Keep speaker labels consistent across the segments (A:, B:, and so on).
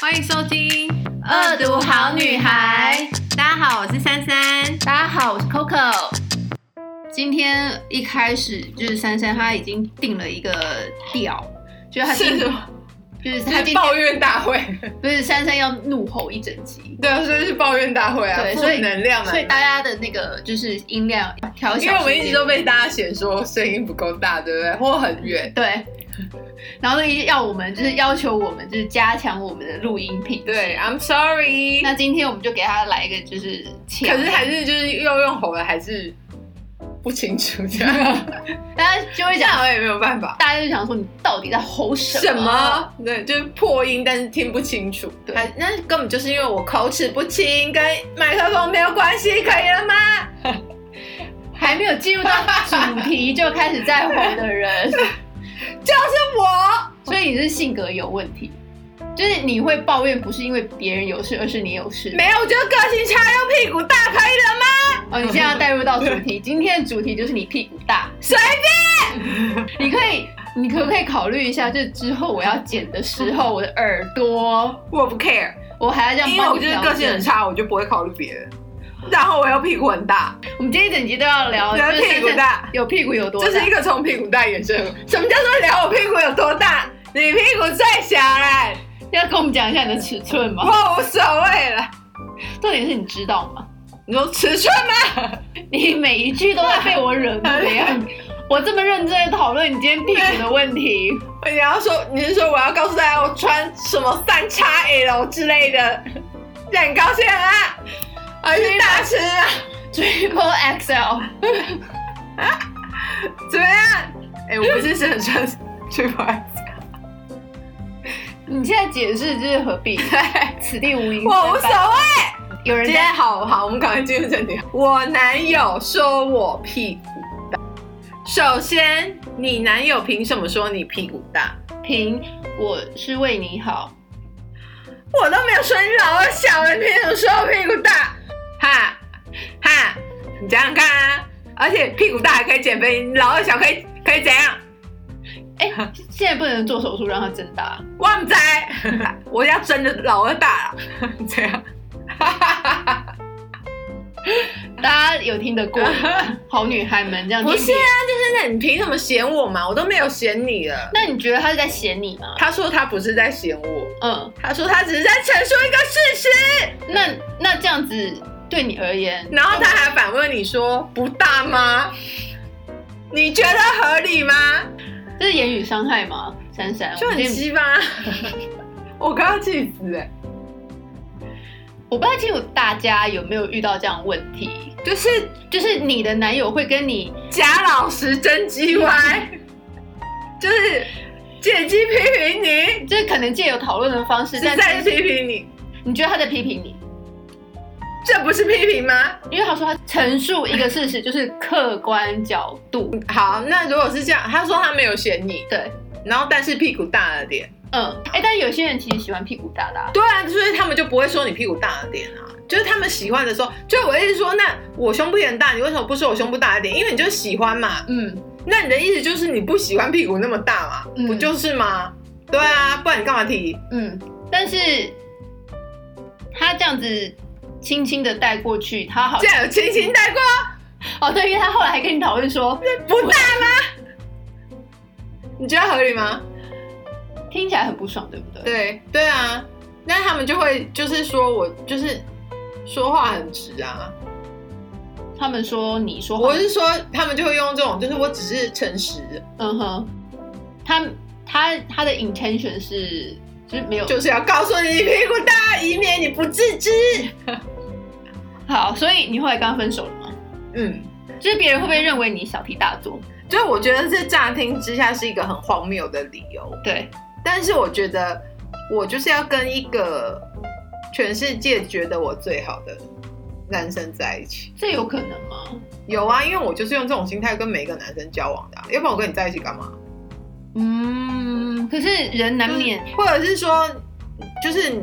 A: 欢迎收听《
B: 恶毒好女孩》。
A: 大家好，我是珊珊。
B: 大家好，我是 Coco。今天一开始就是珊珊，她已经定了一个调，就是她今
C: 是吗
B: 就是她
C: 是
B: 今
C: 抱
B: 天
C: 怨大会，
B: 不是珊珊要怒吼一整集，
C: 对，所以是抱怨大会啊，
B: 对
C: 负
B: 所以
C: 能量啊
B: 所。以大家的那个就是音量调小些，
C: 因为我们一直都被大家嫌说声音不够大，对不对？或很远，
B: 对。然后那要我们就是要求我们就是加强我们的录音品质。
C: 对，I'm sorry。
B: 那今天我们就给他来一个就是强，
C: 可是还是就是要用吼的，还是不清楚 这样，
B: 大家就会
C: 这
B: 讲，
C: 样我也没有办法。
B: 大家就想说你到底在吼什
C: 什么？对，就是破音，但是听不清楚。
B: 对
C: 还那根本就是因为我口齿不清，跟麦克风没有关系，可以了吗？
B: 还没有进入到主题就开始在吼 的人，
C: 就是我，
B: 所以你是性格有问题，就是你会抱怨不是因为别人有事，而是你有事。
C: 没有，我就是个性差，用屁股大，可以了吗？
B: 哦，你现在要带入到主题， 今天的主题就是你屁股大，
C: 随
B: 便。 你可以，你可不可以考虑一下，就是之后我要剪的时候，我的耳朵，
C: 我不 care。
B: 我还要这样
C: 因为
B: 帮
C: 我
B: 你
C: 就是
B: 调
C: 个性很
B: 整。
C: 差，我就不会考虑别人。然后我又屁股很大，
B: 我们今天一整集都要聊，
C: 聊
B: 就是
C: 屁股大
B: 有屁股有多
C: 这是
B: 大
C: 一？个从屁股大衍生。什么叫做聊我屁股有多大？你屁股最小嘞，
B: 要跟我们讲一下你的尺寸吗？
C: 我无所谓了。
B: 重点是你知道吗？
C: 你说尺寸吗？
B: 你每一句都在被我惹怒的样子。 我这么认真的讨论你今天屁股的问 题，
C: 你要说你是说我要告诉大家我穿什么三叉 L 之类的，让你高兴啊？还是大吃啊？
B: Triple XL，
C: 怎么样？哎、我不是是很穿 去牌，
B: 你现在解释就是何必？此地无银三
C: 我无所
B: 百
C: 谓。
B: 有人
C: 今天
B: 在
C: 好好，我们赶快进入正题。我男友说我屁股大。首先，你男友凭什么说你屁股大？
B: 评我是为你好，
C: 我都没有说你老二小了，你凭什么说我屁股大？哈哈，你想想看啊！而且屁股大还可以减肥，你老二小可以可以怎样？
B: 哎、现在不能做手术让它增大，
C: 旺仔， 我要真的老二大了， 这样。
B: 大家有听 得过吗好女孩们这样听
C: 不是啊，就是那你凭什么嫌我嘛？我都没有嫌你了。
B: 那你觉得他是在嫌你吗？
C: 他说他不是在嫌我，
B: 嗯，
C: 他说他只是在陈述一个事实，
B: 那那这样子对你而言，
C: 然后他还反问你说不大吗？你觉得合理吗？
B: 这是言语伤害吗？珊珊，
C: 就
B: 我
C: 很
B: 今天
C: 鸡巴，我刚刚气死哎、
B: 我不太清楚大家有没有遇到这样的问题，
C: 就是
B: 就是你的男友会跟你
C: 假老实真鸡歪，就是借机批评你，
B: 就是可能借由讨论的方式，
C: 是
B: 但
C: 在
B: 是
C: 批评你，
B: 你觉得他在批评你，
C: 这不是批评吗？
B: 因为他说他陈述一个事实，就是客观角度，
C: 好，那如果是这样，他说他没有嫌你，
B: 对，
C: 然后但是屁股大了点，
B: 嗯，哎、但有些人其实喜欢屁股大的啊、
C: 对啊，所以他们就不会说你屁股大了点啊。就是他们喜欢的时候，就我一直说，那我胸部也很大，你为什么不说我胸部大一点？因为你就喜欢嘛。
B: 嗯，
C: 那你的意思就是你不喜欢屁股那么大嘛？
B: 嗯
C: 不就是吗？对啊，不然你干嘛提？
B: 嗯，但是他这样子轻轻的带过去，他好
C: 这样有轻轻带过，
B: 哦，对，因为他后来还跟你讨论说，
C: 不大吗？你觉得合理吗？
B: 听起来很不爽，对不对？
C: 对对啊，那他们就会就是说我就是说话很直啊。
B: 他们说你说话
C: 我是说，他们就会用这种，就是我只是诚实，
B: 嗯哼，他他他的 intention 是就是没有
C: 就是要告诉你你屁股大，以免你不自知。
B: 好，所以你后来跟他分手了吗？
C: 嗯，
B: 就是别人会不会认为你小题大做？
C: 就是我觉得这乍听之下是一个很荒谬的理由，
B: 对，
C: 但是我觉得我就是要跟一个全世界觉得我最好的男生在一起。
B: 这有可能吗？
C: 有啊，因为我就是用这种心态跟每一个男生交往的啊、要不然我跟你在一起干嘛？
B: 嗯，可是人难免，
C: 或者是说，就是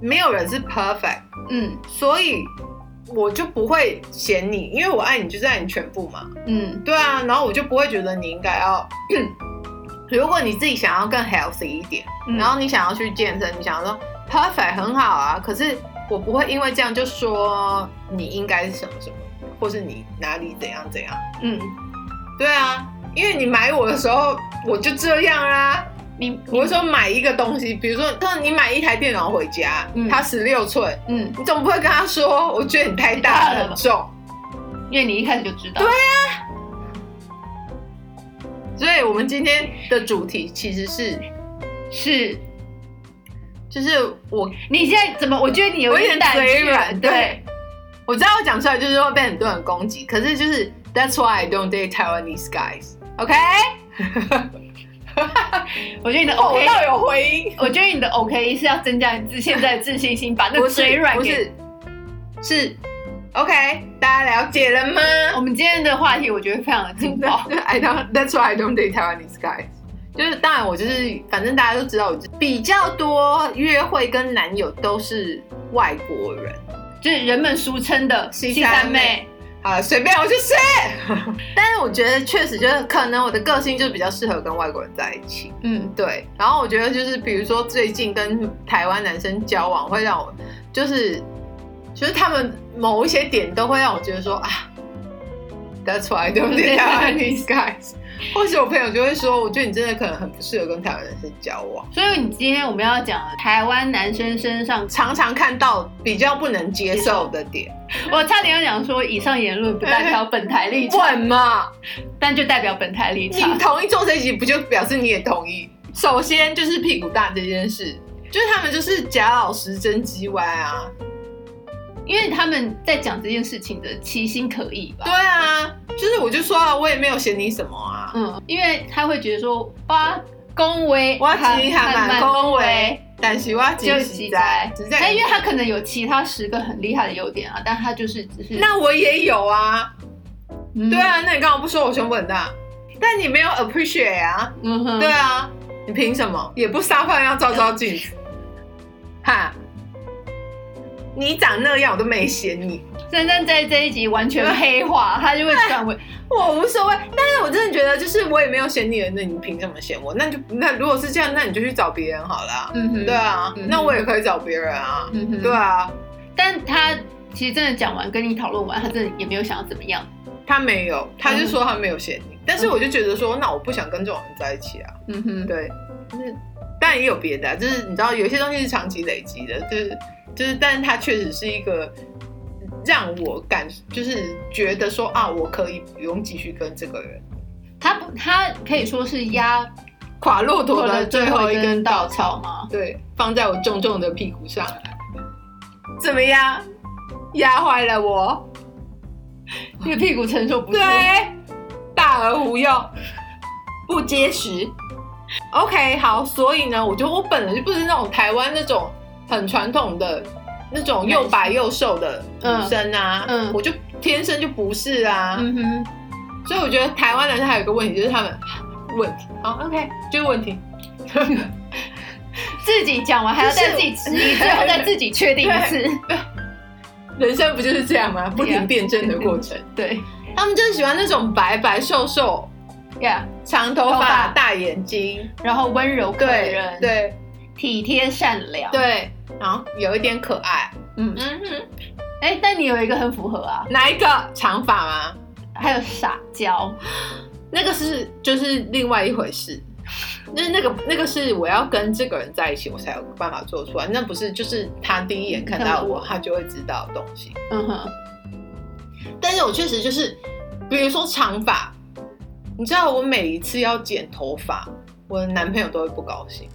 C: 没有人是 perfect，
B: 嗯
C: 所以我就不会嫌你，因为我爱你就是爱你全部嘛。
B: 嗯
C: 对啊，然后我就不会觉得你应该要。 如果你自己想要更 healthy 一点，
B: 嗯
C: 然后你想要去健身，你想要说， perfect 很好啊，可是我不会因为这样就说你应该是什么什么，或是你哪里怎样怎样。
B: 嗯，
C: 对啊，因为你买我的时候我就这样啊。
B: 你
C: 我会说买一个东西，比如说，说你买一台电脑回家，
B: 嗯
C: 它十六寸，
B: 嗯，
C: 你总不会跟他说，我觉得你太大了，很重。
B: 因为你一开始就知道，对，
C: 所以我们今天的主题其实是，
B: 是
C: 就是我
B: 你现在怎么？我觉得你有
C: 我有点
B: 胆
C: 嘴
B: 怯，
C: 软，
B: 对
C: 对，，我知道我讲出来就是会被很多人攻击，可是就是 That's why I don't date Taiwanese guys。OK，
B: 我觉得你的
C: 哦，我
B: OK，、
C: 倒有回音，
B: 我觉得你的 OK 是要增加你自现在的自信心，把那
C: 不
B: 个
C: 是
B: 嘴软
C: 不
B: 给。
C: 是是 OK，大家了解了吗？
B: 我们今天的话题，我觉得非常的
C: 哦
B: 劲爆。
C: I don't. That's why I don't date Taiwanese guys. 就是当然，我就是反正大家都知道，我就是比较多约会跟男友都是外国人。
B: 就是人们俗称的
C: 西
B: 西
C: 三
B: 三妹，
C: 好了，随便我就是。 但是我觉得确实就是可能我的个性就是比较适合跟外国人在一起。
B: 嗯，
C: 对，然后我觉得就是比如说最近跟台湾男生交往，会让我就是就是他们某一些点都会让我觉得说啊，That's why I don't date Taiwanese guys。或许我朋友就会说，我觉得你真的可能很不适合跟台湾男生交往，
B: 所以你今天我们要讲的台湾男生身上，
C: 常常看到比较不能接受的点。
B: 我差点要讲说，以上言论不代表本台立场，
C: 嘛？
B: 但就代表本台立
C: 你
B: 场。
C: 同意做这一集，不就表示你也同意？首先就是屁股大这件事，就是他们就是假老实真鸡歪啊。
B: 因为他们在讲这件事情的其心可意吧
C: 对。啊，就是我就说了，我也没有嫌你什么啊。
B: 嗯，因为他会觉得说，哇，恭维，
C: 我只还蛮恭维，，但是我
B: 就
C: 只
B: 奇
C: 是
B: 哉
C: 在，只。
B: 那
C: 在
B: 哎因。为他可能有其他十个很厉害的优点啊，但他就是只是
C: 那我也有啊，
B: 嗯
C: 对，啊，那你干嘛不说我胸部很大？但你没有 appreciate 啊，
B: 嗯哼，
C: 对啊，你凭什么？也不撒饭要照照镜子，哈，你长那样我都没嫌你，
B: 珊珊在这一集完全黑化，他就会转 为
C: 我无所谓。但是我真的觉得，就是我也没有嫌你，那你凭什么嫌我？那就那如果是这样，那你就去找别人好了啊。
B: 嗯哼，
C: 对啊，
B: 嗯
C: 那我也可以找别人啊。
B: 嗯哼，
C: 对。啊，
B: 但他其实真的讲完，跟你讨论完，他真的也没有想要怎么样。
C: 他没有，他就说他没有嫌你，但是我就觉得说，那我不想跟这种人在一起啊。
B: 嗯哼，
C: 对，就是当然也有别的、啊，就是你知道有些东西是长期累积的，就是就是，但是他确实是一个让我感就是觉得说啊，我可以不用继续跟这个人
B: 他不他可以说是压
C: 垮骆
B: 过
C: 驼
B: 了
C: 的最后一根稻
B: 稻
C: 草，
B: 草吗？
C: 对，放在我重重的屁股上，怎么样？压坏了我，
B: 因为屁股承受不住
C: 对。，大而无用，不结实。OK，好，所以呢，我觉得我本来就不是那种台湾那种很传统的那种又白又瘦的女生啊，
B: 嗯嗯
C: 我就天生就不是啊，
B: 嗯哼，
C: 所以我觉得台湾男生还有一个问题就是他们问题，好，OK，就是问题，
B: 自己讲完还要再自己质疑，
C: 就是
B: 最后再自己确定一次。
C: 人生不就是这样吗？不
B: 对啊
C: 停辩证的过程，
B: 对
C: 他们就是喜欢那种白白瘦瘦、
B: 呀
C: 长头
B: 头发
C: 发、大眼睛，
B: 然后温柔可
C: 对
B: 人，，
C: 对
B: 体贴善良。，
C: 对，然后有一点可爱，
B: 嗯，
C: 嗯哼。
B: 哎，但你有一个很符合啊，
C: 哪一个长发吗？
B: 还有撒娇，
C: 那个是就是另外一回事。 那那个那个是我要跟这个人在一起，我才有办法做出来。那不是就是他第一眼看到我，他就会知道的东西。
B: 嗯哼，
C: 但是我确实就是，比如说长发，你知道我每一次要剪头发，我的男朋友都会不高兴，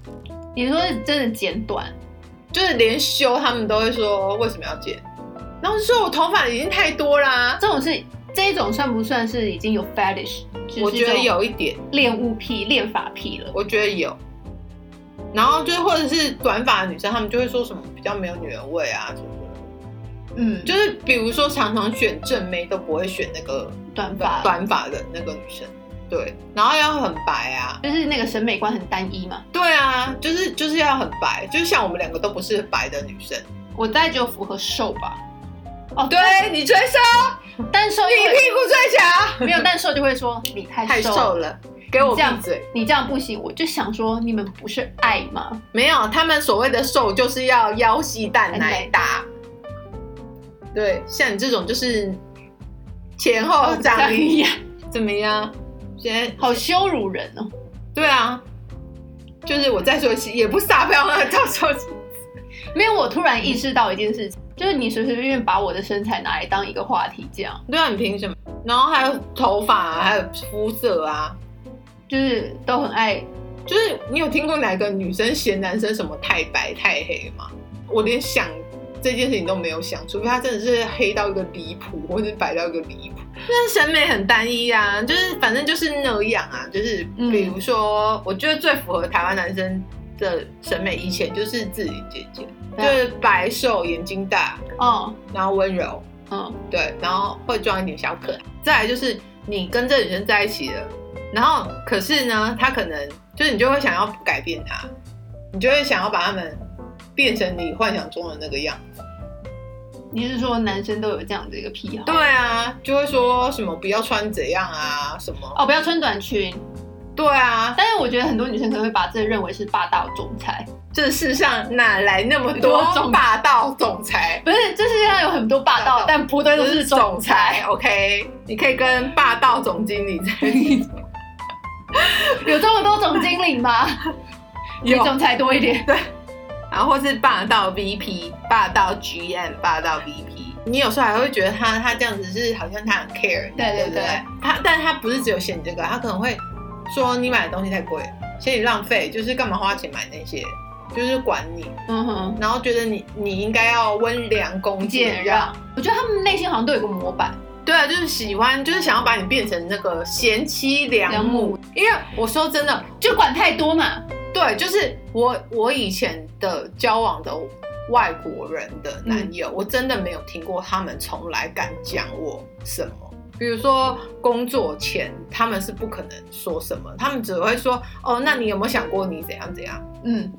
B: 你说是真的剪短，
C: 就是连修他们都会说为什么要剪，然后就说我头发已经太多啦、
B: 这种是这种算不算是已经有 fetish？就是
C: 我觉得
B: 这种
C: 有一点。
B: 恋物癖、恋法癖了。
C: 我觉得有。然后就或者是短发的女生，她们就会说什么比较没有女人味啊什么的，
B: 嗯，就
C: 就是比如说常常选正妹都不会选那个
B: 嗯短发，
C: 短发的那个女生，对，然后要很白啊，
B: 就是那个审美观很单一嘛。
C: 对啊，就是就是要很白，就像我们两个都不是白的女生，
B: 我大概只有符合瘦吧。哦，
C: 对你最瘦，
B: 但瘦
C: 你
B: 因为
C: 屁股最小，
B: 没有，但瘦就会说你太
C: 太
B: 瘦
C: 瘦了，给我
B: 这
C: 闭
B: 样
C: 嘴！
B: 你这样不行，我就想说，你们不是爱吗？
C: 没有，他们所谓的瘦就是要腰细蛋哎奶大。对，像你这种就是前后长一样，
B: 样，
C: 哦 怎么样？现在
B: 好羞辱人哦！
C: 对啊，就是我再说一次，也不撒票啊，到时候
B: 没有，我突然意识到一件事情，就是你随随便便把我的身材拿来当一个话题，这样
C: 对啊，你凭什么？然后还有头发啊，还有肤色啊，
B: 就是都很爱。
C: 就是你有听过哪个女生嫌男生什么太白太黑吗？我连想这件事情都没有想，除非他真的是黑到一个离谱，或是白到一个离谱。但是审美很单一啊，就是反正就是那样啊，就是
B: 嗯
C: 比如说，我觉得最符合台湾男生的审美以前就是志玲姐姐，就
B: 对啊
C: 是白瘦、眼睛大，
B: 哦，
C: 然后温柔，
B: 嗯，
C: 对，然后会装一点小可爱。再来就是你跟这女生在一起了，然后可是呢，她可能就是你就会想要改变她，你就会想要把她们变成你幻想中的那个样子。
B: 你是说男生都有这样的一个癖好？
C: 对啊，就会说什么不要穿怎样啊，什么
B: 哦，不要穿短裙。
C: 对啊，
B: 但是我觉得很多女生可能会把这认为是霸道总裁，
C: 这世上哪来那么
B: 多
C: 多
B: 种
C: 霸道总裁？
B: 不是，这世界上有很多霸
C: 霸
B: 道，
C: 道
B: 但不对都是总裁。
C: ，OK？你可以跟霸道总经 理在一起，
B: 有这么多总经理 吗？比
C: 有
B: 总裁多一点。
C: 然后或是霸道 VP、霸道 GM、霸道 VP。你有时候还会觉得他他这样子是好像他很 care 你，
B: 对对
C: 对不
B: 对
C: 他但他不是只有嫌你这个，他可能会说你买的东西太贵，嫌你浪费，就是干嘛花钱买那些，就是管你，
B: 嗯哼，
C: 然后觉得你你应该要温良恭
B: 俭
C: 俭让
B: 让。。我觉得他们内心好像都有个模板。
C: 对啊，就是喜欢，就是想要把你变成那个贤妻良
B: 良
C: 母
B: 母。
C: 因为我说真的，
B: 就管太多嘛。
C: 对，就是我我以前的交往的外国人的男友，我真的没有听过他们从来敢讲我什么。比如说工作前，他们是不可能说什么，他们只会说哦，那你有没有想过你怎样怎样？
B: 嗯，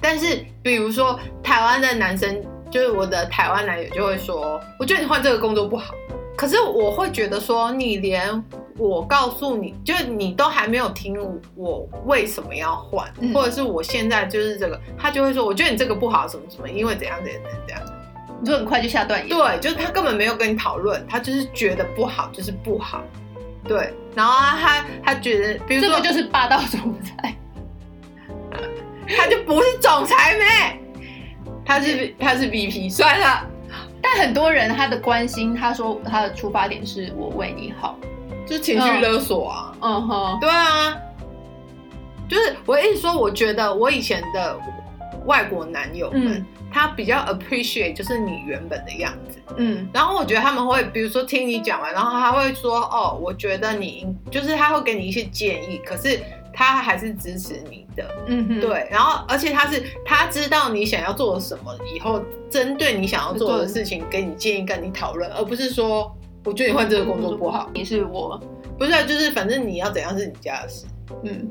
C: 但是比如说台湾的男生，就是我的台湾男友就会说，我觉得你换这个工作不好。可是我会觉得说，你连我告诉你，就是你都还没有听我为什么要换，
B: 嗯
C: 或者是我现在就是这个，他就会说，我觉得你这个不好，什么什么，因为怎样怎样怎样怎样。
B: 嗯你说很快就下断言。
C: 对，就是他根本没有跟你讨论，他就是觉得不好，就是不好。对，然后啊他他觉得，比如
B: 这
C: 说
B: 不就是霸道总裁？
C: 他就不是总裁妹，他是他是 VP，算了。
B: 但很多人他的关心，他说他的出发点是我为你好。
C: 就是情绪勒索啊。
B: 嗯哼，
C: 对啊，就是我一直说，我觉得我以前的外国男友们，
B: 嗯
C: 他比较 appreciate 就是你原本的样子。
B: 嗯
C: 然后我觉得他们会，比如说听你讲完，然后他会说，哦，我觉得你应就是他会给你一些建议，可是他还是支持你的。
B: 嗯哼，，
C: 对，然后而且他是他知道你想要做什么，以后针对你想要做的事情给你建议，跟你讨论，而不是说我觉得你换这个工作不好。
B: 嗯你是我，
C: 不是、啊，就是反正你要怎样是你家的事。
B: 嗯，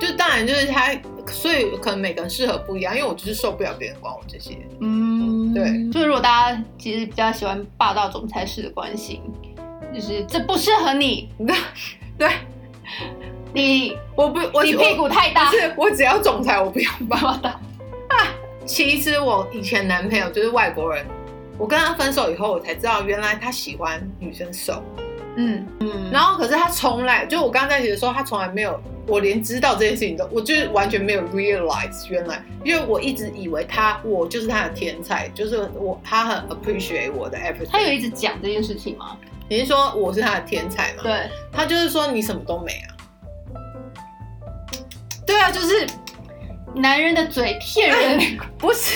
C: 就当然就是他，所以可能每个人适合不一样，因为我就是受不了别人管我这些。
B: 嗯，
C: 对。
B: 所以如果大家其实比较喜欢霸道总裁式的关心，就是这不适合你，
C: 对，
B: 你
C: 我不，我
B: 你屁股太大
C: 我不，是我只要总裁，我不要爸
B: 霸道。
C: 其实我以前男朋友就是外国人，我跟他分手以后，我才知道原来他喜欢女生瘦。
B: 嗯嗯，
C: 然后可是他从来就我刚在一起的时候，他从来没有，我连知道这件事情都，我就是完全没有 realize 原来，因为我一直以为他我就是他的天才，就是我他很 appreciate 我的 effort。
B: 他有一直讲这件事情吗？
C: 你是说我是他的天才吗？，
B: 对，
C: 他就是说你什么都没啊。对啊，就是
B: 男人的嘴骗 人。
C: 不是，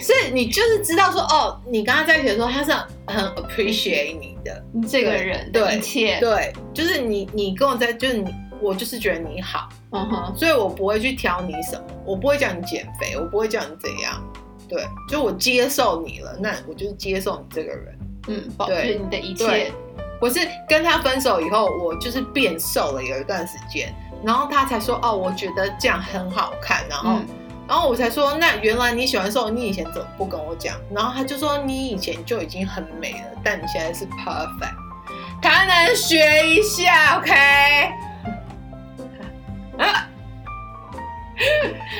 C: 是你就是知道说哦，你跟他在一起的时候，他是很 appreciate 你的，
B: 这个人
C: 对
B: 的
C: 对
B: 一切，
C: 对，就是你你跟我在，就是你我就是觉得你好，
B: 嗯哼，
C: 所以我不会去挑你什么，我不会叫你减肥，我不会叫你怎样，对，就我接受你了，那我就是接受你这个人。
B: 嗯，保
C: 对
B: 持你的一切
C: 对，我是跟他分手以后，我就是变瘦了有一段时间，然后他才说哦，我觉得这样很好看，然后、
B: 嗯
C: 然后我才说那原来你喜欢瘦，你以前怎么不跟我讲？然后他就说你以前就已经很美了，但你现在是 perfect。台湾
B: 能学一下，OK？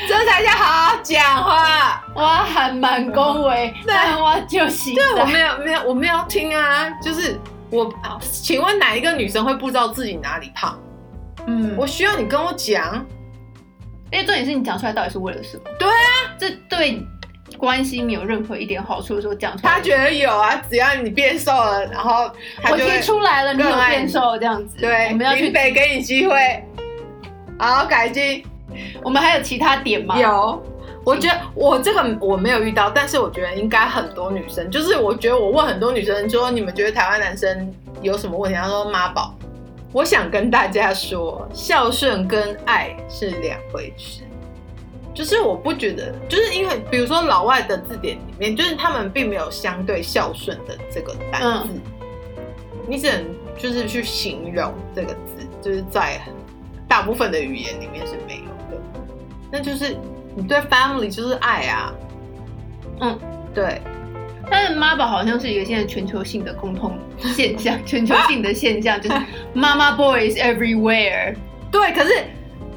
C: 这才叫好好讲话。
B: 我还蛮恭维，但我就是
C: 对我没有没有我没有听啊，就是我，啊请问哪一个女生会不知道自己哪里胖？
B: 嗯，
C: 我需要你跟我讲。
B: 因为重点是你讲出来到底是为了什么？
C: 对
B: 啊，这对关系没有任何一点好处的时候讲出来，
C: 她觉得有啊，只要你变瘦了，然后她
B: 我
C: 就会
B: 听出来了，你
C: 更
B: 有
C: 爱
B: 变
C: 你
B: 瘦这样子。
C: 对，
B: 我们要
C: 林
B: 去，
C: 北给你机会，好改进。
B: 我们还有其他点吗？
C: 有，我觉得我这个我没有遇到，但是我觉得应该很多女生，就是我觉得我问很多女生说，你们觉得台湾男生有什么问题？她说妈宝。我想跟大家说，孝顺跟爱是两回事。就是我不觉得，就是因为比如说老外的字典里面，就是他们并没有相对孝顺的这个单字，你只能就是去形容这个字，就是在大部分的语言里面是没有的。那就是你对 family 就是爱啊，
B: 嗯，
C: 对，
B: 但是妈宝好像是有现在全球性的共同现象，全球性的现象 就是妈妈 boys everywhere。
C: 对，可是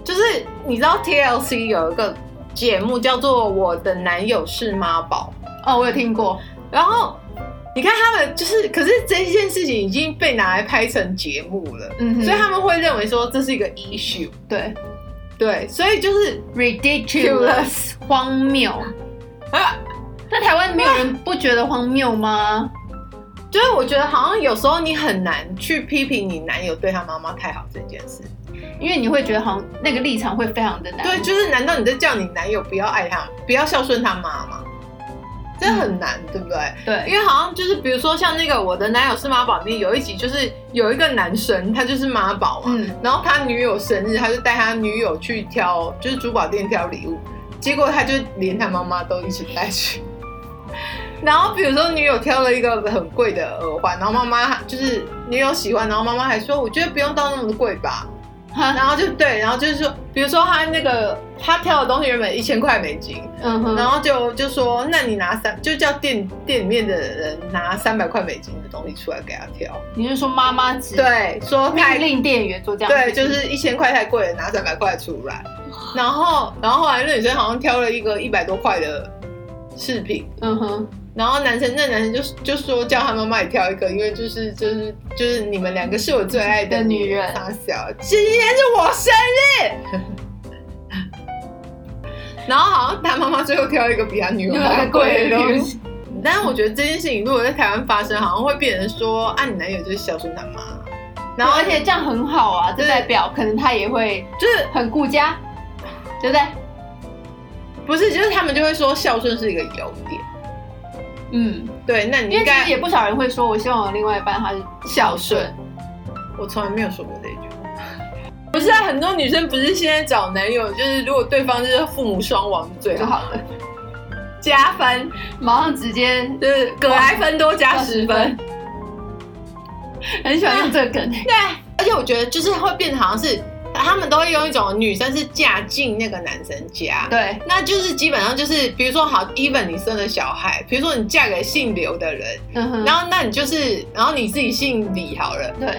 C: 就是你知道 TLC 有一个节目叫做《我的男友是妈宝
B: 哦，我有听过，》，
C: 然后你看他们就是，可是这一件事情已经被拿来拍成节目了，
B: 嗯哼
C: 所以他们会认为说这是一个 issue，
B: 对
C: 对，所以就是
B: ，ridiculous，荒谬。
C: 啊，
B: 那台湾没有人不觉得荒谬吗？
C: 就是我觉得好像有时候你很难去批评你男友对他妈妈太好这件事，
B: 因为你会觉得好像那个立场会非常的难。
C: 对，就是难道你在叫你男友不要爱他，不要孝顺他妈吗？这很难，对不对？
B: 对，
C: 因为好像就是比如说像那个我的男友是妈宝里面有一集，就是有一个男生他就是妈宝嘛，
B: 嗯，
C: 然后他女友生日，他就带他女友去挑，就是珠宝店挑礼物，结果他就连他妈妈都一起带去。 然后比如说女友挑了一个很贵的耳环，然后妈妈就是女友喜欢，然后妈妈还说我觉得不用到那么贵吧，
B: 哈，
C: 然后就对，然后就是说，比如说他那个他挑的东西原本一千块美金，
B: 嗯哼，
C: 然后就就说，那你拿三，就叫店店里面的人拿三百块美金的东西出来给他挑，
B: 你是说妈妈
C: 嗯
B: 只
C: 对，说太
B: 命令店员做这样的
C: 对，
B: 事情？
C: 就是一千块太贵了，拿三百块出来，然后然后后来那女生好像挑了一个一百多块的饰品，
B: 嗯哼，
C: 然后男生那男生就就说叫他妈妈也挑一个，因为就是就是就是你们两个是我最爱的
B: 的女
C: 女人，
B: 人
C: 傻小，今天是我生 日。然后好像他妈妈最后挑一个比他女友
B: 因为
C: 还
B: 太
C: 贵
B: 贵
C: 的
B: 了
C: 东西。，但是我觉得这件事情如果在台湾发生，好像会变成说啊，你男友就是孝顺他妈。然
B: 然
C: 后
B: 后而且这样很好啊，这
C: 对
B: 代表可能他也会
C: 就是
B: 很顾家，对不对？
C: 不是，就是他们就会说孝顺是一个优点。
B: 嗯，
C: 对，那你
B: 因为
C: 应
B: 其实
C: 该
B: 也不少人会说，我希望我另外一半他是孝顺，
C: 我从来没有说过这一句话。 不是啊，很多女生不是现在找男友，就是如果对方就是父母双亡是最
B: 就
C: 好，
B: 好了，
C: 加分，
B: 马上直接
C: 就是葛莱芬多加十分。
B: 很喜欢用这个梗，
C: 对，而且我觉得就是会变得好像是他们都会用一种女生是嫁进那个男生家，
B: 对，
C: 那就是基本上就是比如说好，even 你生了小孩，比如说你嫁给姓刘的人，
B: 嗯哼，
C: 然后那你就是然后你自己姓李好了。
B: 对，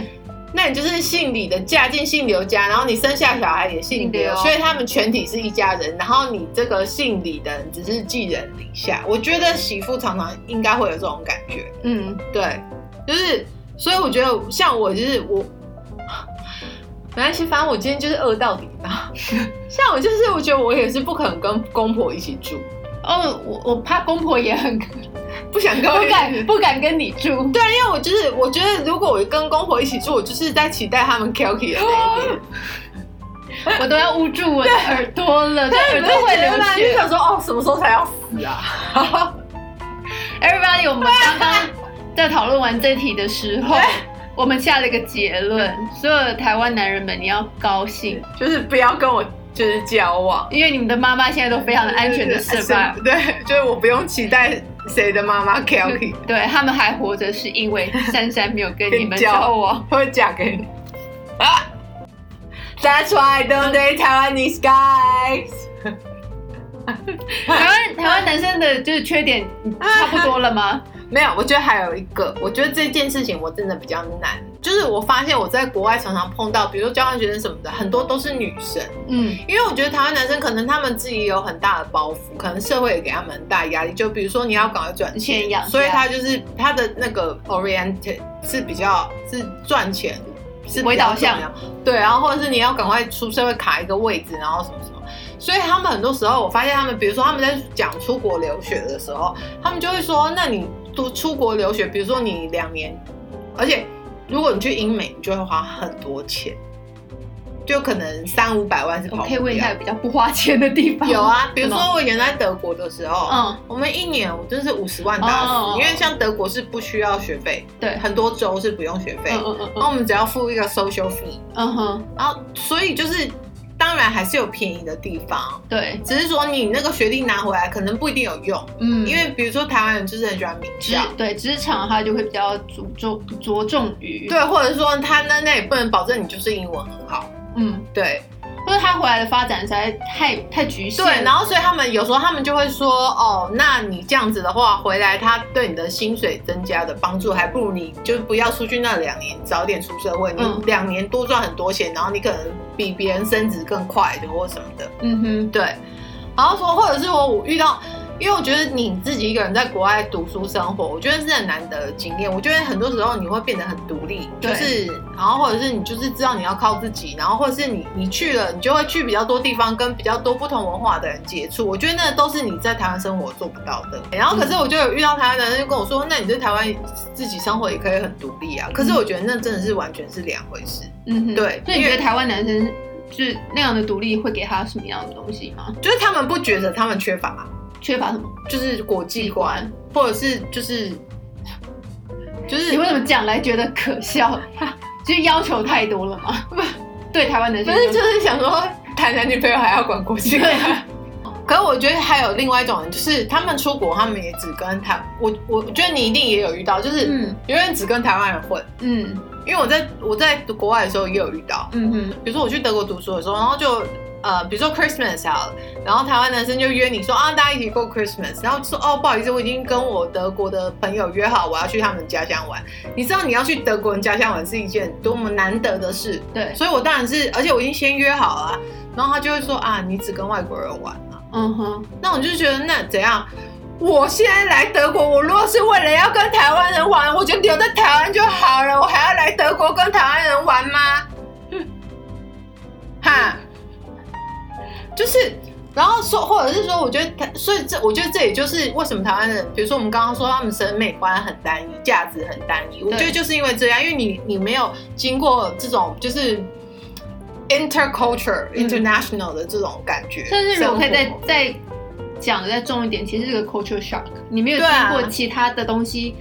C: 那你就是姓李的嫁进姓刘家，然后你生下小孩也姓
B: 姓刘
C: 刘，所以他们全体是一家人。然后你这个姓李的人只是寄人篱下，我觉得媳妇常常应该会有这种感觉，
B: 嗯，
C: 对，就是所以我觉得像我就是我，没关系，反正我今天就是饿到底嘛。 像我就是我觉得我也是不可能跟公婆一起住，
B: 哦，我我怕公婆也很
C: 不想跟我
B: 不
C: 一起
B: 敢不敢跟你住，对，
C: 因为我就是我觉得如果我跟公婆一起住，我就是在期待他们 k i l k y 的那一天。
B: 我都要捂住我的耳朵了，对，
C: 但
B: 耳
C: 是
B: 朵会流
C: 你就
B: 血。
C: 想说哦，什么时候才要死啊？
B: Everybody，我们刚刚在讨论完这题的时候
C: 对，
B: 我们下了一个结论：所有的台湾男人们，你要高兴，
C: 就是不要跟我就是交往，
B: 因为你们的妈妈现在都非常的安全的 survive。
C: 对，就是我不用期待谁的妈妈 Kelly
B: 对他们还活着，是因为珊珊没有跟你
C: 跟
B: 们
C: 你交
B: 交往。
C: 会嫁给你啊。That's why I don't date Taiwanese guys。
B: 台湾台湾男生的就是缺点差不多了吗？
C: 没有，我觉得还有一个，我觉得这件事情我真的比较难就是我发现我在国外常常碰到，比如说交换学生什么的，很多都是女生，
B: 嗯，
C: 因为我觉得台湾男生可能他们自己有很大的包袱，可能社会也给他们很大的压力。就比如说你要赶快赚
B: 钱养家
C: 所以他就是他的那个 oriented 是比较是赚钱是
B: 为
C: 比较
B: 导向
C: 重要，对，然后或者是你要赶快出社会卡一个位置，然后什么什么。所以他们很多时候，我发现他们，比如说他们在讲出国留学的时候，他们就会说：“那你读出国留学，比如说你两年，而且如果你去英美，你就会花很多钱，就可能三五百万是
B: 我
C: 跑
B: 可以
C: 不
B: 问一
C: 掉
B: 下。有比较不花钱的地方？
C: 嗯有，啊，比如
B: 什么
C: 说我以前在德国的时候，
B: 嗯，
C: 我们一年我真是五十万大
B: 哦哦哦
C: 四，因为像德国是不需要学费，
B: 对，
C: 很多州是不用学费，
B: 嗯嗯嗯
C: 然
B: 嗯
C: 后我们只要付一个 social fee，
B: 嗯哼，
C: 然后所以就是当然还是有便宜的地方，
B: 对，
C: 只是说你那个学历拿回来可能不一定有用，
B: 嗯，
C: 因为比如说台湾人就是很喜欢名
B: 职
C: 校。
B: 对职场它就会比较着重着重于，
C: 对，或者说他那那也不能保证你就是英文很好，
B: 嗯，
C: 对
B: 或者他回来的发展实在太太局限，
C: 对，然后所以他们有时候他们就会说，哦，那你这样子的话，回来他对你的薪水增加的帮助，还不如你就不要出去那两年，早点出社会，你
B: 嗯
C: 两年多赚很多钱，然后你可能比别人升职更快的或什么的，
B: 嗯哼，
C: 对，然后说，或者是我我遇到，因为我觉得你自己一个人在国外读书生活，我觉得是很难得的经验。我觉得很多时候你会变得很独立，就
B: 对
C: 是，然后或者是你就是知道你要靠自己，然后或者是你你去了，你就会去比较多地方，跟比较多不同文化的人接触。我觉得那都是你在台湾生活做不到的。然后可是我就有遇到台湾男生就跟我说，那你在台湾自己生活也可以很独立啊。可是我觉得那真的是完全是两回事。
B: 嗯哼，
C: 对
B: 所以
C: 因
B: 你
C: 为
B: 觉得台湾男生就是那样的独立会给他什么样的东西吗？
C: 就是他们不觉得他们缺乏，
B: 缺乏什么？
C: 就是国际观，或者是就是就是
B: 你为什么讲来觉得 可笑？就是要求太多了吗？ 对台湾男
C: 不
B: 生，
C: 是就是想说谈男女朋友还要管国际观
B: 对。
C: 可是我觉得还有另外一种人，就是他们出国，他们也只跟台我我觉得你一定也有遇到，就是
B: 嗯
C: 有人只跟台湾人混。
B: 嗯
C: 因为我在我在国外的时候也有遇到，
B: 嗯哼，
C: 比如说我去德国读书的时候，然后就呃，比如说 Christmas 好了，然后台湾男生就约你说啊，大家一起过 Christmas，然后说哦，不好意思，我已经跟我德国的朋友约好，我要去他们家乡玩。你知道你要去德国人家乡玩是一件多么难得的事，
B: 对，
C: 所以我当然是，而且我已经先约好了啊、然后他就会说啊，你只跟外国人玩啊，
B: 嗯哼，
C: 那我就觉得那怎样？我现在来德国，我如果是为了要跟台湾人玩，我就留在台湾就好了，我还要来德国跟台湾人玩吗？
B: 嗯
C: 哈，就是，然后说，或者是说，我觉得台，所以这，我觉得这也就是为什么台湾人，比如说我们刚刚说他们审美观很单一，价值很单一，我觉得就是因为这样，因为你你没有经过这种就是。interculture
B: 嗯
C: international 的这种感觉，
B: 甚至如果可以
C: 生活
B: 再再讲的再重一点，其实这个 culture shock，你没有
C: 对
B: 经
C: 啊
B: 过其他的东西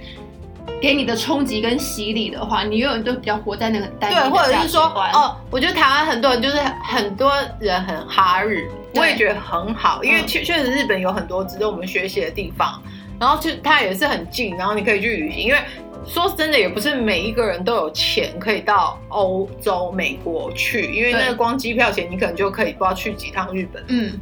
B: 给你的冲击跟洗礼的话，你永远都比较活在那个单一
C: 对，
B: 的
C: 或者
B: 价
C: 是
B: 值
C: 说，
B: 观，
C: 哦，我觉得台湾很多人就是很多人很哈日，
B: 对
C: 我也觉得很好，因为
B: 嗯
C: 确确实日本有很多值得我们学习的地方，然后就它也是很近，然后你可以去旅行，因为。说真的，也不是每一个人都有钱可以到欧洲、美国去，因为
B: 对
C: 那个光机票钱，你可能就可以不知道去几趟日本。
B: 嗯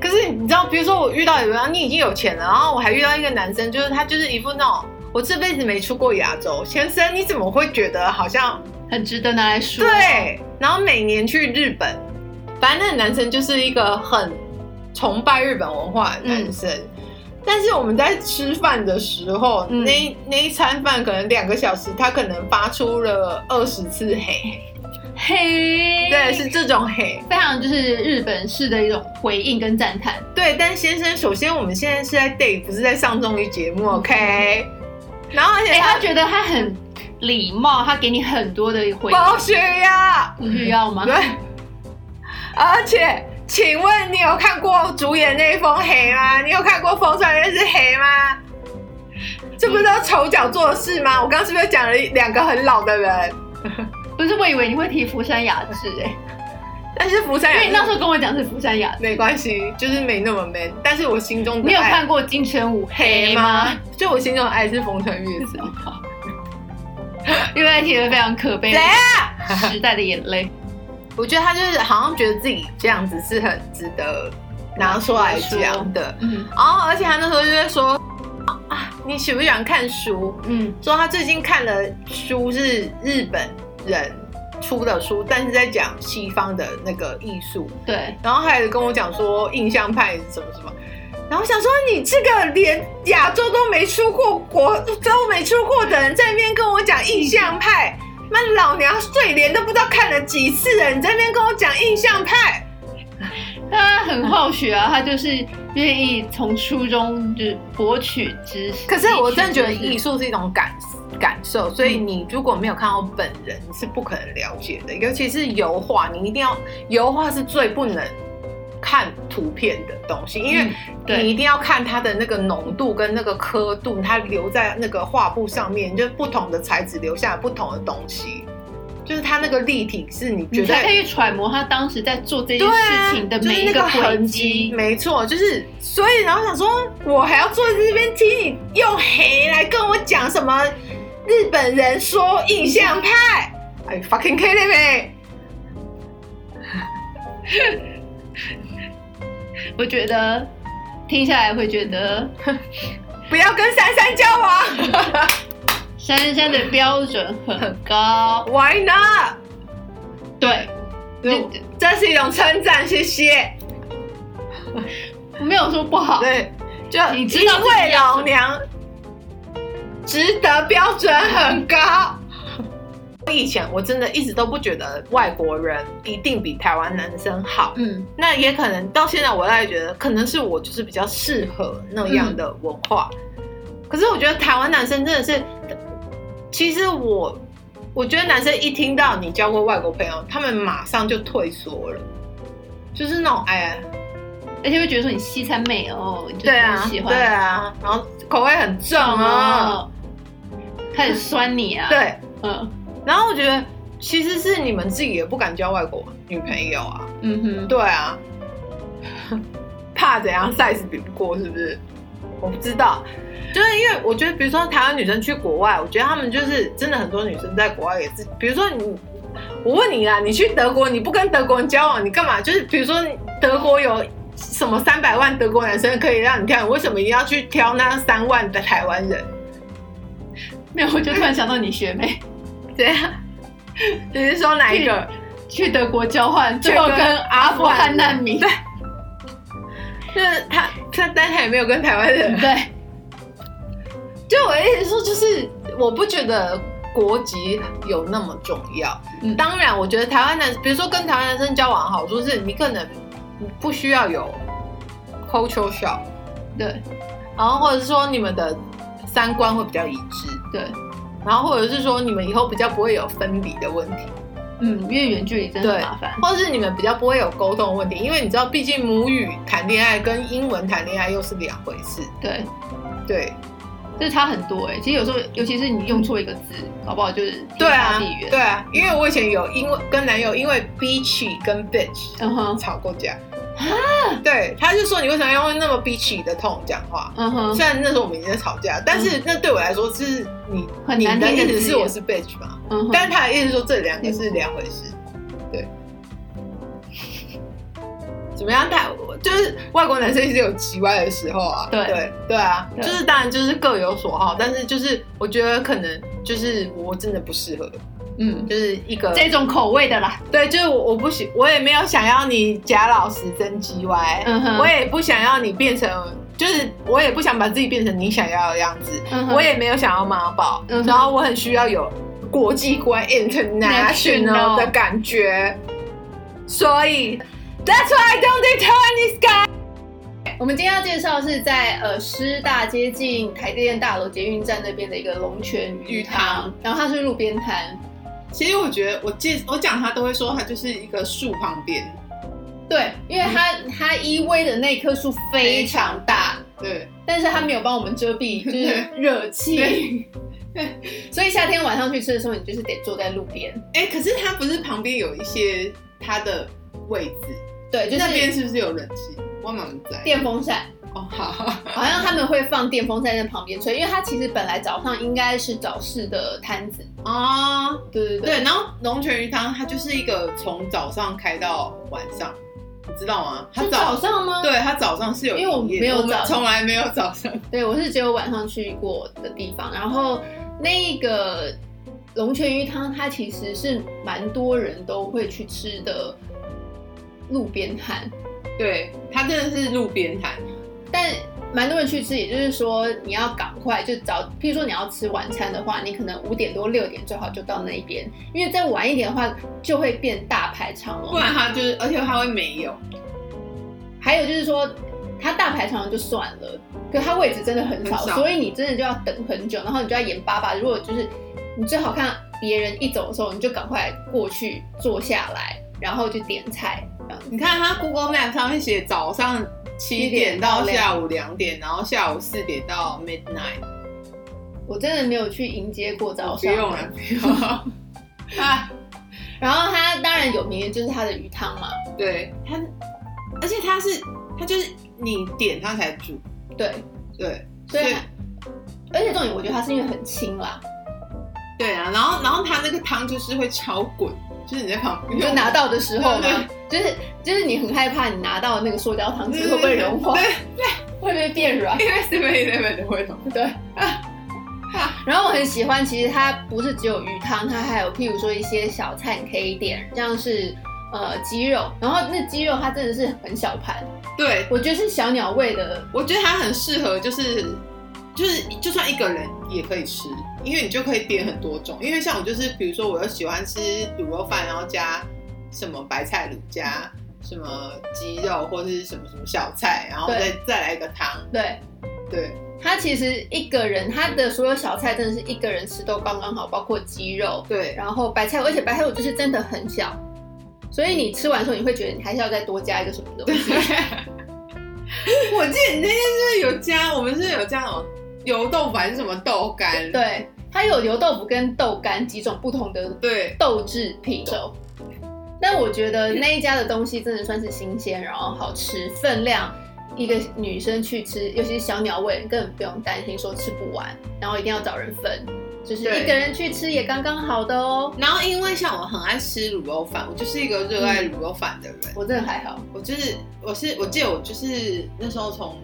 C: 可是你知道，比如说我遇到有人，啊你已经有钱了，然后我还遇到一个男生，就是他就是一副那种我这辈子没出过亚洲，先生你怎么会觉得好像
B: 很值得拿来说，，
C: 对，然后每年去日本，反正那个男生就是一个很崇拜日本文化的男生。但是我们在吃饭的时候，
B: 嗯
C: 那一那一餐饭可能两个小时，他可能发出了二十次嘿，
B: 嘿，
C: 对，是这种嘿，
B: 非常就是日本式的一种回应跟赞叹，
C: 对。但先生，首先我们现在是在 date，不是在上综艺节目，OK？然嗯后而且
B: 哎、
C: 他
B: 他觉得他很礼貌，他给你很多的回应，
C: 包血呀，
B: 不需要吗？
C: 对，而且，请问你有看过主演那一封黑吗？你有看过《风传人是黑吗？这不是都丑角做的事吗？我刚刚是不是讲了两个很老的人？
B: 不是，我以为你会提福山雅治、
C: 但是福山
B: 哎，因
C: 雅
B: 为你那时
C: 治
B: 候跟我讲是福山雅治，
C: 没关系，就是没那么 man。但是我心中的
B: 你有
C: 爱
B: 看过金城武
C: 黑
B: 黑
C: 吗
B: 吗？？
C: 就我心中的爱是风传月 子。
B: 因为提了非常可悲
C: 谁啊？
B: 的时代的眼泪，
C: 我觉得他就是好像觉得自己这样子是很值得拿出来
B: 拿出来说
C: 讲的。哦
B: 嗯，
C: 然后而且他那时候就在说，啊，你喜不喜欢看书？
B: 嗯，
C: 说他最近看了书是日本人出的书，但是在讲西方的那个艺术，
B: 对，
C: 然后还有跟我讲说印象派是什么什么，然后想说你这个连亚洲都没出过国，都没出过的人在那边跟我讲印象派，妈老娘睡莲都不知道看了几次了，你在那边跟我讲印象派，
B: 他很好学啊，他就是愿意从书中就是博取知识。
C: 可是我真的觉得
B: 汲取知识
C: 艺术是一种感感受，所
B: 嗯
C: 以你如果没有看到本人，你是不可能了解的。尤其是油画，你一定要油画是最不能看图片的东西，因为
B: 嗯对
C: 你一定要看它的那个浓度跟那个刻度，它留在那个画布上面，就是不同的材质留下不同的东西，就是它那个立体是你觉
B: 你
C: 得
B: 才可以揣摩他当时在做这件
C: 对啊
B: 事情的
C: 就是
B: 每一
C: 那个
B: 轨
C: 痕
B: 迹。
C: 没错，就是所以，然后想说，我还要坐在这边听你用黑来跟我讲什么日本人说印象派，哎，fucking kidding me！
B: 我觉得听下来会觉 得
C: 不要跟珊珊交 往
B: 珊珊的标准很 高，
C: ，Why not？
B: 对，
C: 这
B: 就
C: 这是一种称赞，谢谢。
B: 没有说不好，
C: 对，就
B: 你知
C: 因
B: 道自己
C: 为
B: 要
C: 老娘值得标准很 高。以前我真的一直都不觉得外国人一定比台湾男生好，
B: 嗯，
C: 那也可能到现在，我大概觉得可能是我就是比较适合那样的文化。可是我觉得台湾男生真的是，其实我我觉得男生一听到你交过外国朋友，他们马上就退缩了，就是那种哎呀，
B: 而且会觉得说你西餐妹哦，你就
C: 对啊
B: 不喜欢，
C: 对啊，然后口味很重啊，
B: 哦，开始酸你啊，，
C: 嗯对。
B: 嗯
C: 然后我觉得其实是你们自己也不敢交外国女朋友啊，
B: 嗯哼，
C: 对啊，怕怎样 size 比不过是不是？我不知道，就是因为我觉得，比如说台湾女生去国外，我觉得她们就是真的很多女生在国外也是，比如说你，我问你啦，你去德国，你不跟德国人交往，你干嘛？就是比如说德国有什么三百万德国男生可以让你挑，你为什么一定要去挑那三万的台湾人？
B: 没有，我就突然想到你学妹
C: 对啊，你是说哪一个？
B: 去德国交换，最后
C: 去
B: 跟阿富汗难民，
C: 对，就是他，他但他也没有跟台湾人
B: 对，
C: 就我的意思说，就是我不觉得国籍有那么重要。
B: 嗯
C: 当然，我觉得台湾男，比如说跟台湾男生交往，好处是你可能不需要有 culture shock，
B: 对
C: 然后或者是说你们的三观会比较一致，
B: 对，
C: 然后或者是说你们以后比较不会有分离的问题，
B: 嗯，因为远距离真的很
C: 对
B: 麻烦，
C: 或者是你们比较不会有沟通的问题，因为你知道，毕竟母语谈恋爱跟英文谈恋爱又是两回事，
B: 对，
C: 对。
B: 这差很多哎、其实有时候，尤其是你用错一个字，搞不好就是天
C: 对啊
B: 差地，远。
C: 对啊，因为我以前有因为跟男友因为 bitch 跟 bitch
B: 嗯哼，
C: 吵过架对，他就说你为什么要用那么 bitch 的 tone 讲话？
B: 嗯哼，
C: 虽然那时候我们已经在吵架，但是那对我来说是你
B: 很
C: 你
B: 难
C: 的
B: 听的
C: 意思
B: 字
C: 是
B: 眼
C: 我是 bitch 嘛，
B: 嗯哼，
C: 但是他的意思是说这两个是两回事，对。怎么样？他就是外国男生一直有奇怪的时候啊，
B: 对
C: 对对啊，
B: 对
C: 就是当然就是各有所好，但是就是我觉得可能就是我真的不适合，
B: 嗯，
C: 就是一个
B: 这种口味的啦，
C: 对，就是我我不喜，我也没有想要你假老实真鸡歪，
B: 嗯哼，
C: 我也不想要你变成，就是我也不想把自己变成你想要的样子，
B: 嗯哼
C: 我也没有想要妈宝，
B: 嗯哼
C: 然后我很需要有国际观 international
B: National
C: 的感觉，所以 that's why I don't deter this guy。
B: 我们今天要介绍是在呃师大接近台积电大楼捷运站那边的一个龙泉鱼
C: 鱼
B: 塘，然后它是路边摊，
C: 其实我觉得我介我讲他都会说他就是一个树旁边，
B: 对，因为它它依偎的那棵树非常大，
C: 对，
B: 但是它没有帮我们遮蔽，就是热气。 所以夏天晚上去吃的时候，你就是得坐在路边，
C: 哎、可是他不是旁边有一些他的位置。
B: 对，就
C: 那边
B: 是
C: 是不是有冷气？我满不在。
B: 电风扇。
C: 哦，好，
B: 好像他们会放电风扇在旁边吹，因为它其实本来早上应该是早市的摊子，
C: 哦，
B: 对对
C: 对，然后龙泉鱼汤它就是一个从早上开到晚上，知道吗？他
B: 是
C: 早
B: 早上吗？，
C: 对他早上是有营业的，
B: 因为我没有
C: 我们
B: 早
C: 从来没有早上，
B: 对我是只有晚上去过的地方。然后那个龙泉鱼汤，它其实是蛮多人都会去吃的路边摊，
C: 对他真的是路边摊，
B: 但蛮多人去吃，也就是说你要赶快就早，譬如说你要吃晚餐的话，你可能五点多六点最好就到那一边，因为再晚一点的话就会变大排哦长龙
C: 不。然他就是，而且他会没有，
B: 还有就是说，它大排长龙就算了，可它位置真的很少，
C: 很少
B: 所以你真的就要等很久，然后你就要眼巴巴。如果就是你最好看别人一走的时候，你就赶快过去坐下来，然后就点菜。这样
C: 你看他 Google Map 上面写早上七点到下午两点，然后下午四点到 midnight。
B: 哦我真的没有去迎接过早
C: 不
B: 上，
C: 用了，不用了。 啊，
B: 然后它当然有名的就是它的鱼汤嘛，
C: 对他，而且他是他就是你点他才煮，
B: 对，
C: 对，
B: 所以它而且重点我觉得它是因为很轻啦，
C: 对啊，然后然后他那个汤就是会超滚，就是你在旁边
B: 你就拿到的时候
C: 对
B: 嘛，就是就是你很害怕你拿到那个塑胶汤汁会不会融化，
C: 对，
B: 会不会变软。
C: 因为 Seven Eleven 的味道，
B: 对。 然后我很喜欢，其实它不是只有鱼汤，它还有譬如说一些小菜你可以点，像是呃鸡肉，然后那鸡肉它真的是很小盘，
C: 对，
B: 我觉得是小鸟胃的，
C: 我觉得它很适合，就是就是就算一个人也可以吃，因为你就可以点很多种。因为像我就是，比如说我又喜欢吃卤肉饭，然后加什么白菜卤加什么鸡肉或者是什么什么小菜，然后再再来一个汤。
B: 对。
C: 对
B: 它其实一个人，它的所有小菜真的是一个人吃都刚刚好，包括鸡肉，
C: 对
B: 然后白菜，而且白菜我就是真的很小，所以你吃完之后你会觉得你还是要再多加一个什么东
C: 对
B: 西。。
C: 我记得你那天是不是有加，我们是不是有加什么油豆腐还是什么豆干？
B: 对，它有油豆腐跟豆干几种不同的
C: 对
B: 豆制品种。但我觉得那一家的东西真的算是新鲜，然后好吃，分量一个女生去吃，尤其是小鸟胃，根本不用担心说吃不完，然后一定要找人分，就是
C: 对
B: 一个人去吃也刚刚好的哦。
C: 然后因为像我很爱吃卤肉饭，我就是一个热爱卤肉饭的人。
B: 我真的还好，
C: 我就是我是我记得我就是那时候从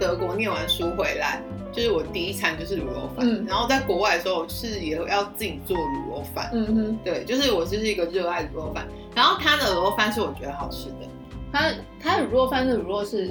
C: 德国念完书回来，就是我第一餐就是卤肉饭，
B: 嗯
C: 然后在国外的时候我是也要自己做卤肉饭，
B: 嗯哼，
C: 对，就是我就是一个热爱卤肉饭，然后它的卤肉饭是我觉得好吃的，
B: 它它的卤肉饭的卤肉是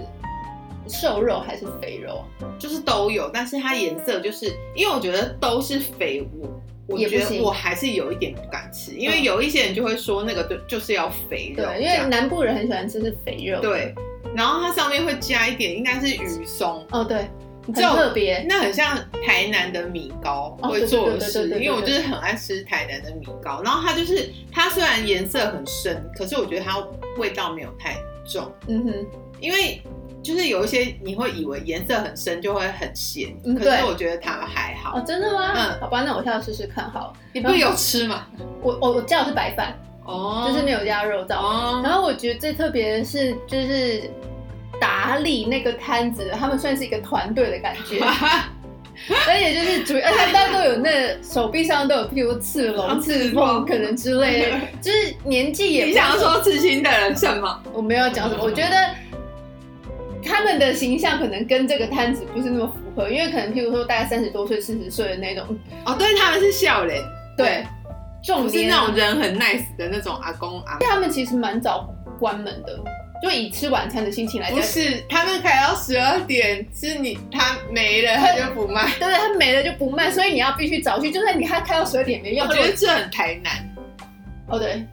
B: 瘦肉还是肥肉啊？
C: 就是都有，但是它颜色就是因为我觉得都是肥我。我
B: 也不
C: 觉得
B: 行
C: 我还是有一点不敢吃，因为
B: 嗯
C: 有一些人就会说那个就就是要肥肉这样，
B: 对，因为南部人很喜欢吃是肥肉。，
C: 对，然后它上面会加一点应该是鱼松，
B: 哦对，很
C: 知道
B: 特别。
C: 那很像台南的米糕
B: 哦
C: 会做的事
B: 对对对对，对对
C: 因为我就是很爱吃台南的米糕。然后它就是它虽然颜色很深，可是我觉得它味道没有太重，
B: 嗯哼，
C: 因为就是有一些你会以为颜色很深就会很咸，
B: 嗯
C: 可是
B: 对
C: 我觉得它还好。
B: 哦真的吗？
C: 嗯
B: 好吧，那我下次试试看好了。
C: 你不是有吃吗？
B: 我我我叫的是白饭，
C: 哦
B: 就是没有加肉燥。
C: 哦，
B: 然后我觉得最特别的是，就是打理那个摊子，他们算是一个团队的感觉， 而且就是主，而且大家都有那手臂上都有，譬如刺龙、
C: 哦
B: 刺凤可能之类的，就是年纪也不
C: 你想要说哦刺青的人什么？
B: 我没有讲什么，我觉得他们的形象可能跟这个摊子不是那么符合，因为可能譬如说大概三十多岁、四十岁的那种，
C: 哦，对，他们是笑脸，
B: 对，，重
C: 不是
B: 年
C: 那种人很 nice 的那种阿公阿嬷
B: 他们其实蛮早关门的，就以吃晚餐的心情来讲
C: 不，是，他们开到十二点，是你他没了，他就不 卖。
B: 对对，它没了就不
C: 嗯
B: 卖，所以你要必须早去，就算你它开到十二点也没
C: 我
B: 用。
C: 觉得这很台南，
B: 哦对，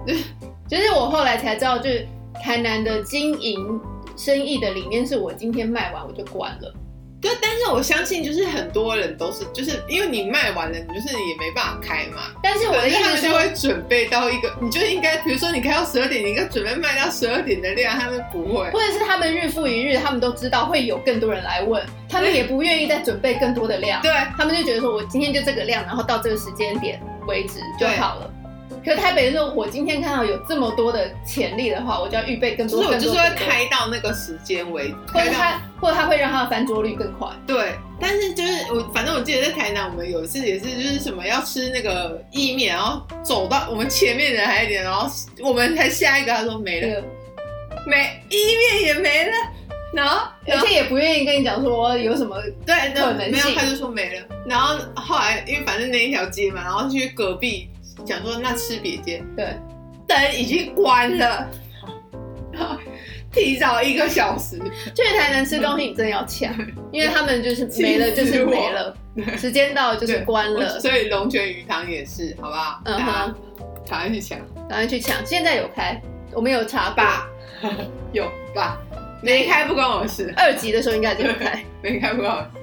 B: 就是我后来才知道，就是台南的经营生意的理念是我今天卖完我就关了，
C: 对，但是我相信就是很多人都是，就是因为你卖完了，你就是也没办法开嘛。
B: 但是我的
C: 可
B: 意
C: 是他
B: 思
C: 们
B: 是
C: 就
B: 说，
C: 会准备到一个，你就应该，比如说你开到十二点，你应该准备卖到十二点的量，他们不会。
B: 或者是他们日复一日，他们都知道会有更多人来问，他们也不愿意再准备更多的量。
C: 对，
B: 他们就觉得说我今天就这个量，然后到这个时间点为止就好了。可是台北说，我今天看到有这么多的潜力的话，我就要预备更
C: 就
B: 多，
C: 是我
B: 更
C: 就
B: 多，
C: 是会
B: 更多，
C: 开到那个时间为止，
B: 或
C: 开
B: 者
C: 到
B: 他，或者他会让他的翻桌率更快。
C: 对，但是就是我，反正我记得在台南，我们有一次也是，就是什么要吃那个意面，然后走到我们前面人还有一点，然后我们才下一个，他说没了，
B: 对，
D: 没意面也没了，
B: 然后而且也不愿意跟你讲说有什么，
C: 对，
B: 可
C: 那
B: 能性
C: 没有，他就说没了。然后后来因为反正那一条街嘛，然后去隔壁讲说那吃别街，
B: 对，
C: 灯已经关了， 然后提早一个小时，
B: 就是台南吃东西你真的要抢，因为他们就是没了就是没了，时间到了就是关
C: 我
B: 了，
C: 所以龙泉鱼汤也是，好不好？
B: 嗯
C: 大
B: 哼
C: 家赶快去抢
B: 然后去抢。现在有开，我们有查过，
C: 吧，有吧？没开不关我事，
B: 二级的时候应该就有开。
C: 没开不关我事。